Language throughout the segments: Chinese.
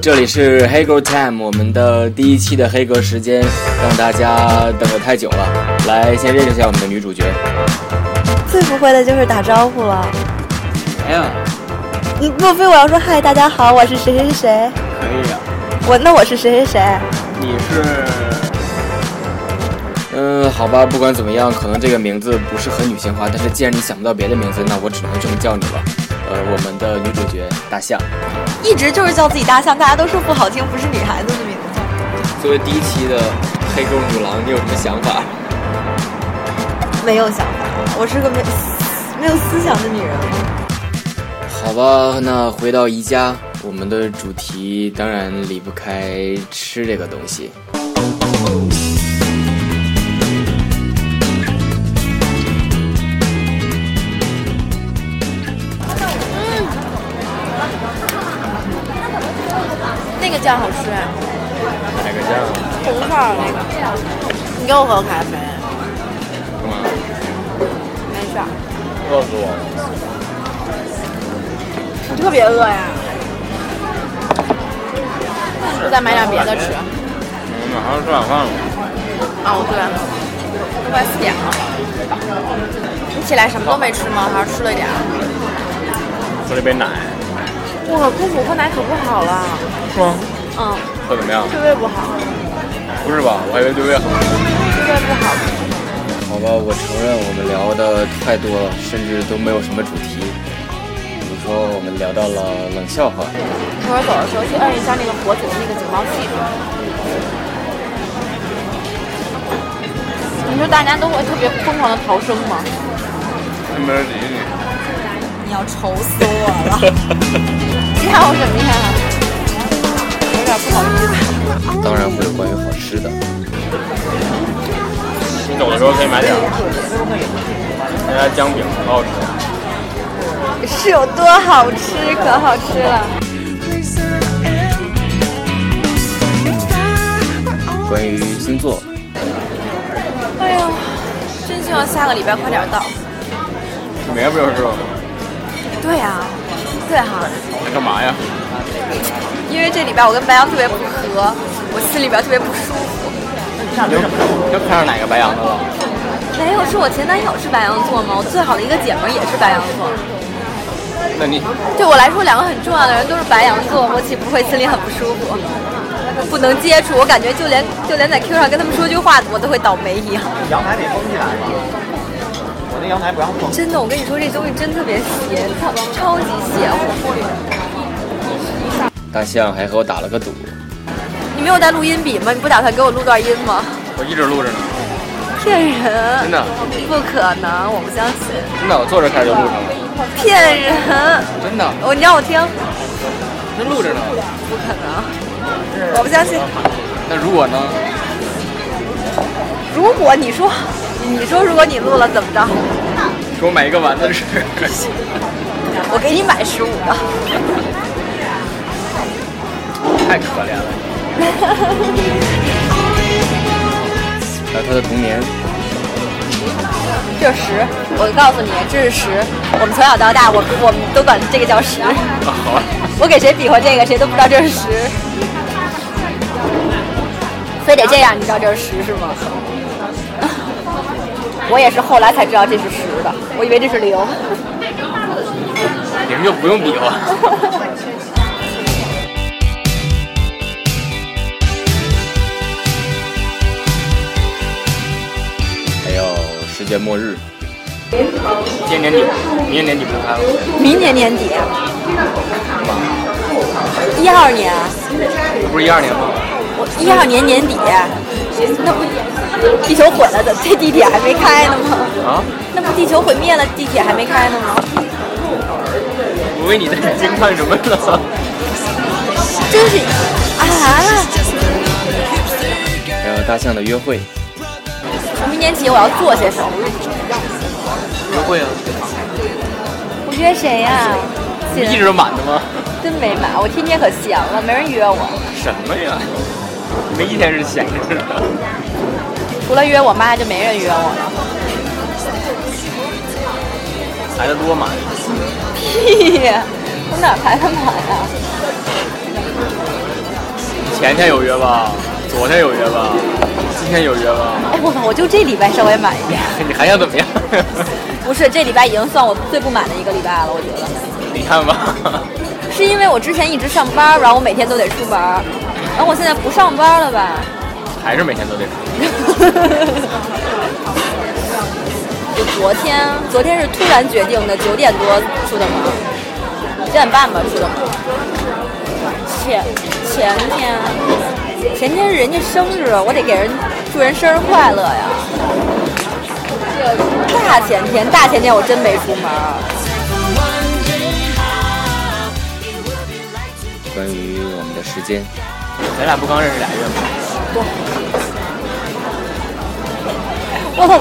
这里是黑格 time，我们的第一期的黑格时间，让大家等得太久了。来，先认识一下我们的女主角。最不会的就是打招呼了。哎呀，嗯，莫非我要说嗨，大家好，我是谁谁谁？可以啊，我那我是谁谁谁？你是嗯，好吧，不管怎么样，可能这个名字不是很女性化，但是既然你想不到别的名字，那我只能这么叫你了。呃，我们的女主角大象，一直就是叫自己大象，大家都说不好听，不是女孩子的名字。作为第一期的黑狗女郎，你有什么想法？没有想法，我是个没没有思想的女人。好吧，那回到宜家，我们的主题当然离不开吃这个东西。那个酱好吃，哪个酱？红泡儿那个。你给我喝咖啡，干嘛？没事儿。饿死我了！我特别饿呀。就再买点别的吃。我马上吃晚饭了，哦，对了，都快四点了。你起来什么都没吃吗？还是吃了点啊儿？喝了杯奶，哇，空腹喝奶可不好了。是吗？嗯，喝怎么样？对胃不好，不是吧？我还以为对胃好。对胃不好。好吧，我承认我们聊的太多了，甚至都没有什么主题。比如说，我们聊到了冷笑话，一会儿走的时候去摁一下那个火警的那个警报器。你说大家都会特别疯狂的逃生吗？没人理你。你要愁死我了！吓我什么啊呀？有点不好意思。当然会有关于好吃的。你走的时候可以买点儿，人家姜饼很好吃。是有多好吃，可好吃了。关于星座，哎呦，真希望下个礼拜快点到。你明天不就是吗？对啊，对哈、你干嘛呀？因为这礼拜我跟白羊特别不合，我心里边特别不舒服。又看上哪个白羊的了？没有，是我前男友是白羊座吗？我最好的一个姐们儿也是白羊座。那你对我来说，两个很重要的人都是白羊座，我岂不会心里很不舒服？我不能接触，我感觉就连就连在 Q 上跟他们说句话，我都会倒霉一样。阳台得封起来吗？我那阳台不让封。真的，我跟你说，这东西真特别邪，超超级邪乎。大象还和我打了个赌，你没有带录音笔吗？你不打算给我录段音吗？我一直录着呢，骗人！真的不可能，我不相信。真的，我坐这开始就录上了，骗人！真的我、你让我听，真录着呢。不可能，我不相信。那如果呢？如果你说，你说如果你录了怎么着？给我买一个丸子吃。 我给你买十五个。太可怜了。还有他的童年。这是十，我告诉你，这是十。我们从小到大，我我们都管这个叫十。啊，好吧，我给谁比划这个，谁都不知道这是十。非得这样，你知道这是十是吗？我也是后来才知道这是十的，我以为这是零。你们就不用比划。还有世界末日，今年年底，明年年底不开了。明年年底，啊一二年，不是一二年吗？我一二年年底，啊那不地球毁了的，这地铁还没开呢吗？啊，那不地球毁灭了，地铁还没开呢吗？我为你在惊叹什么呢？真是啊！还有大象的约会，从明年起我要做些什么？约会啊，我约谁啊呀、不一直都满的吗？真没买，我天天可闲了，没人约我，什么呀？没一天是闲着的。除了约我妈就没人约 我了。来的多嘛？啊屁！我哪排得满呀？前天有约吧，昨天有约吧，今天有约吧，哎，我操！我就这礼拜稍微满一点， 你还想怎么样？不是这礼拜已经算我最不满的一个礼拜了，我觉得你看吧，是因为我之前一直上班，然后我每天都得出门儿，然后我现在不上班了吧？ 还是每天都得出。就昨天，昨天是突然决定的，九点多出的门，九点半吧出的门。前前天，前天是人家生日，我得给人祝人生日快乐呀。大前天，大前天我真没出门儿。关于我们的时间，咱俩不刚认识俩月吗？我操！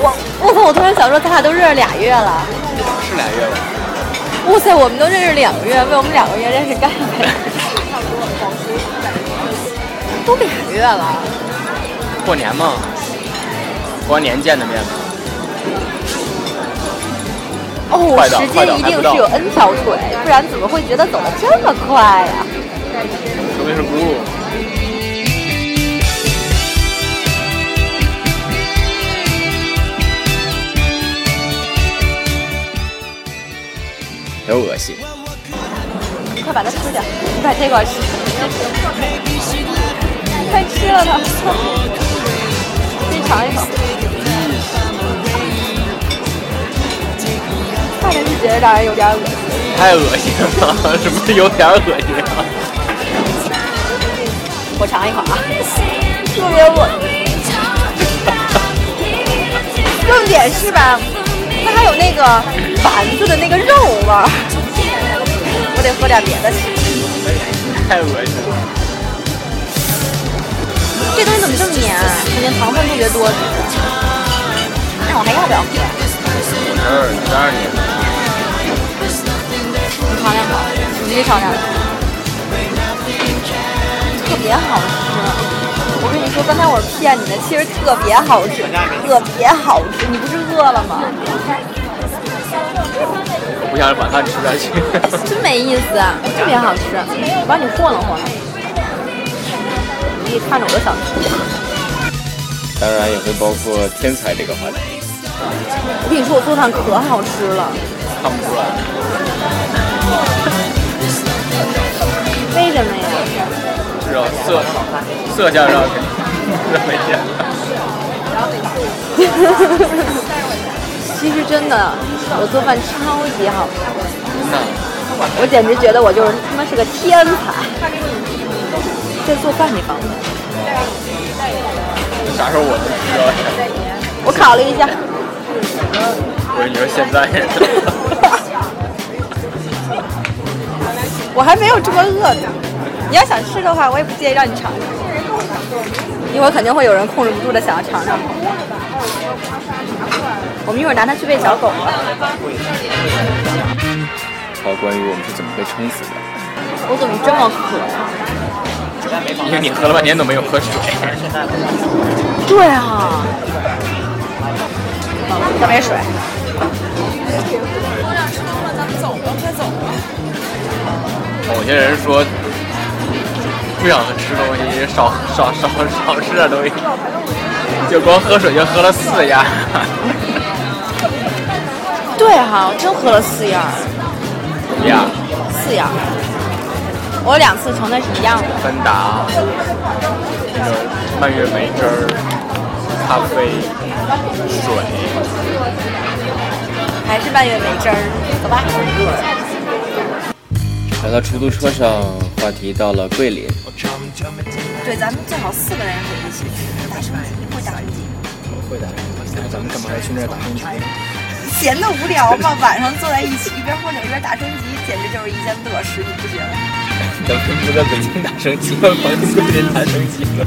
我我操！我突然想说，咱俩都认识俩月了。是俩月吧？哇塞，我们都认识两个月，为我们两个月认识干嘛？都俩月了，过年嘛，过完年见的面嘛。哦快，的时快的间还一定不到是有 n 条腿，不然怎么会觉得走得这么快呀、说明是轱辘。有点恶心。快把它吃掉，你把这块吃，快吃了它，先尝一口。嗯看着就觉得让人有点恶心。太恶心了，是不是有点恶心啊？我尝一口啊，特别恶心。重点是吧，它还有那个丸子的那个肉味儿。我得喝点别的吃。太恶心了！这东西怎么这么黏？肯定糖分特别多。那我还要不要喝？二十二年，你尝两口，你直接尝两口，特别好吃。我跟你说，刚才我是骗你的，其实特别好吃，特别好吃。你不是饿了吗？我不想把它吃下去。真没意思，啊特别好吃。我帮你和弄和弄。你看着我都想吃。当然也会包括天才这个话题。我跟你说，我做饭可好吃了。 看不出来，为什么呀？是啊，色色相让让没见。 其实真的，我做饭超级好吃。我简直觉得我就是他妈是个天才，在做饭这方面。啥时候我能知道呀？我考虑一下。我说你说现在， 我还没有这么饿呢。你要想吃的话，我也不介意让你尝尝。一会儿肯定会有人控制不住的想要尝尝。我们一会儿拿它去喂小狗吧。好，关于我们是怎么被撑死的，我怎么这么渴呀、因为你喝了半天都没有喝水。对啊，喝杯水。某些人说不想吃东西，少少少少吃点东西，就光喝水就喝了四家。对哈、我真喝了四样儿，怎么样？四样儿。我有两次盛的是一样的，芬达，那个蔓越莓汁儿、咖啡、水，还是蔓越莓汁儿，走吧。来到出租车上，话题到了桂林。对，咱们最好四个人一起去打手机，会打手机。会的，那咱们干嘛要去那儿打印机？闲得无聊嘛，晚上坐在一起，一边喝酒一边打升级，简直就是一件乐事，你不觉得吗？咱们不在北京打升级了，跑去桂林打升级了。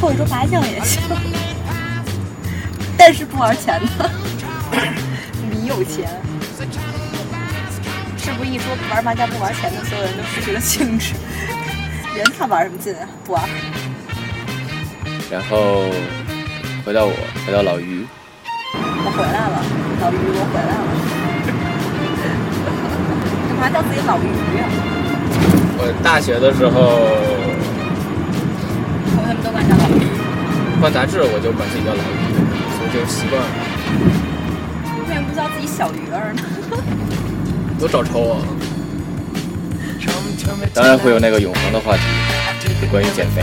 凑一桌麻将也行， 但是不玩钱的，你有钱。是不是一说不玩麻将不玩钱的，所有人都失去了兴致？人他玩什么劲啊？不玩。然后回到我，回到老于，我回来了，老于，我回 来了。干嘛叫自己老于啊？我我大学的时候同学们都管叫老毕。换杂志，我就管自己叫老于，所以就习惯了，为什么不叫自己小鱼儿呢？都找抽我。当然会有那个永恒的话题，就关于减肥。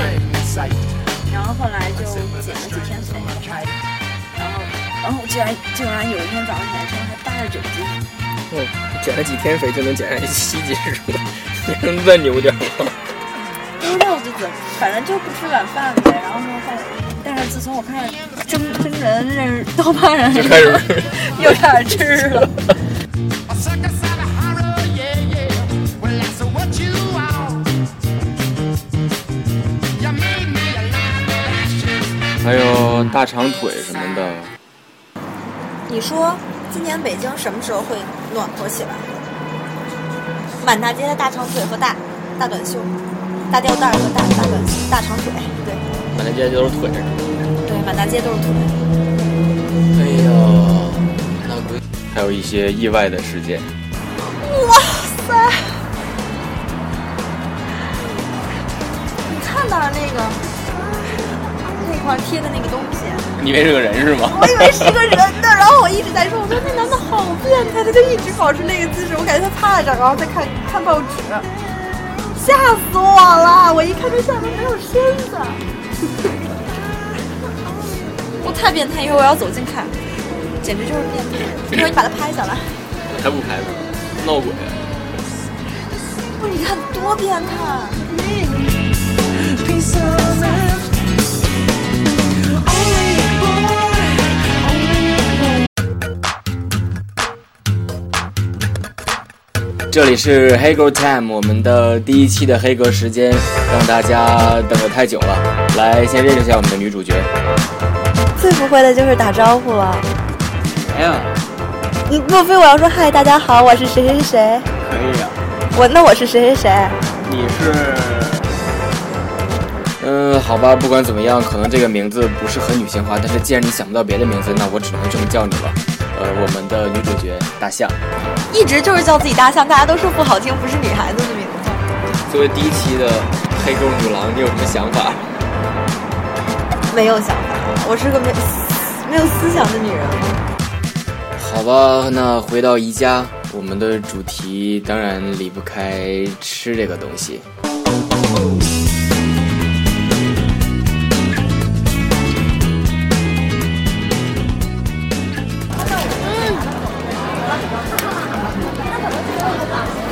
然后后来就减了几天肥，然后呃然后竟然竟然有一天早上起来称还哎八十九斤，哦，减了几天肥就能减下七斤是吧？ 能再牛点吗？不知道就怎么，反正就不吃晚饭呗。然后后来，但是自从我开始蒸蒸人认识刀疤 人，就开始又开始吃了。还有大长腿什么的，你说今年北京什么时候会暖和起来？满大街的大长腿和大大短袖，大吊带儿和大大短大长腿，对满大街都是腿。对，满大街都是腿。哎呀，那估还有一些意外的事件。你看到了那个那块儿贴的那个东西，你以为是个人是吗？我以为是一个人的，然后我一直在说，我说那男的好变态，他就一直保持那个姿势，我感觉他趴着，然后再看看报纸，吓死我了！我一看这下面没有身子，我太变态，一会儿我要走近看。简直就是变态。一会儿你把它拍下来，才不拍呢，闹鬼。啊不是你看多变态。这里是黑狗 time，我们的第一期的黑格时间，让大家等得太久了。来，先认识一下我们的女主角。最不会的就是打招呼了。哎呀，嗯，莫非我要说嗨，大家好，我是谁谁谁？可以啊，我那我是谁谁谁？你是嗯，好吧，不管怎么样，可能这个名字不是很女性化，但是既然你想不到别的名字，那我只能这么叫你了。呃，我们的女主角大象，一直就是叫自己大象，大家都说不好听，不是女孩子的名字。作为第一期的黑狗女郎，你有什么想法？没有想法，我是个没没有思想的女人。好吧，那回到宜家，我们的主题当然离不开吃这个东西。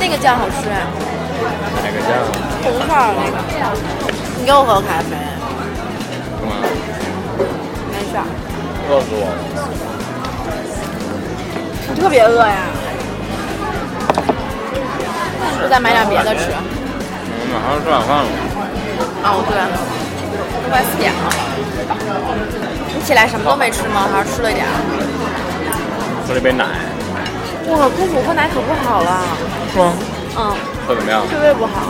那个酱好吃哎，哪个酱？红色儿那个。你给我喝咖啡，是吗？没事儿。饿死我了！我特别饿呀。那你不再买点别的吃？马上吃晚饭了。哦，对，都快四点了。你起来什么都没吃吗？还是吃了一点儿？喝了一杯奶，哇，公主喝奶可不好了。是吗？嗯，喝怎么样？对胃不好，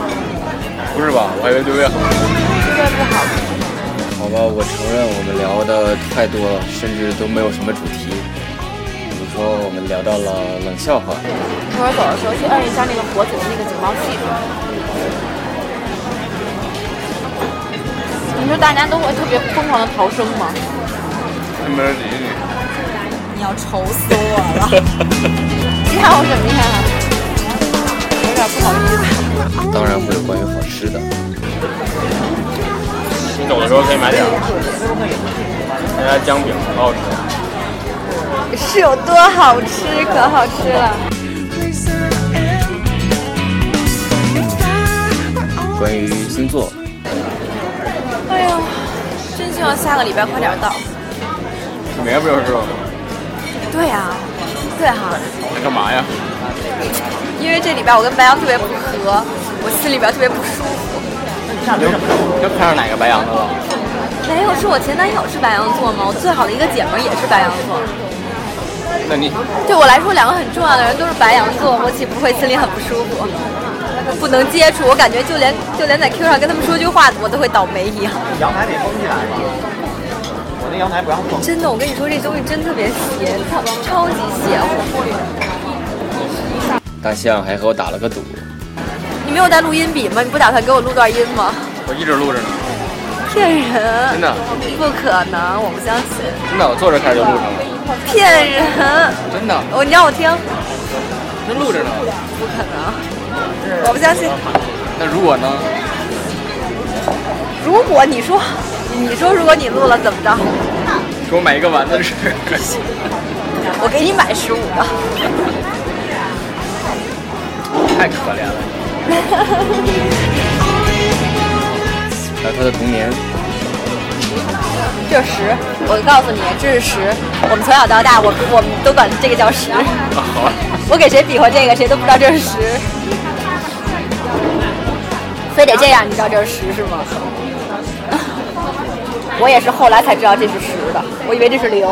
不是吧？我还以为对胃好。对胃不好。好吧，我承认我们聊的太多了，甚至都没有什么主题。比如说，我们聊到了冷笑话，一会儿走的时候去摁一下那个火警的那个警报器。你说大家都会特别疯狂的逃生吗？他没人理你。你要愁死啊我了！你看我什么呀？啊有点不好意思。当然会有关于好吃的。你走的时候可以买点儿，人家姜饼很好吃。是有多好吃，可好吃了。关于星座，哎呦，真希望下个礼拜快点到。每个不就是吗？对啊呀、对哈、你干嘛呀？因为这礼拜我跟白羊特别不合，我心里边特别不舒服。又看上哪个白羊的了？没有，是我前男友是白羊座嘛，我最好的一个姐们儿也是白羊座。那你对我来说，两个很重要的人都是白羊座，我岂不会心里很不舒服？不能接触，我感觉就连就连在 Q 上跟他们说句话，我都会倒霉一样。阳台得封起来吧？我那阳台不让封，真的，我跟你说，这东西真特别邪，超超级邪乎。大象还和我打了个赌，你没有带录音笔吗？你不打算给我录段音吗？我一直录着呢，骗人！真的，不可能，我不相信。真的，我坐着开始就录上了，骗人！真的，哦我你让我听，真录着呢。不可能，我不相信。那如果呢？如果你说，你说如果你录了怎么着？给我买一个丸子吃， 我给你买十五个。太可怜了。而他的童年，这是十，我告诉你，这是十。我们从小到大，我我们都管这个叫十。啊，好了，我给谁比划这个，谁都不知道这是十。非得这样，你知道这是十是吗？我也是后来才知道这是十的，我以为这是零。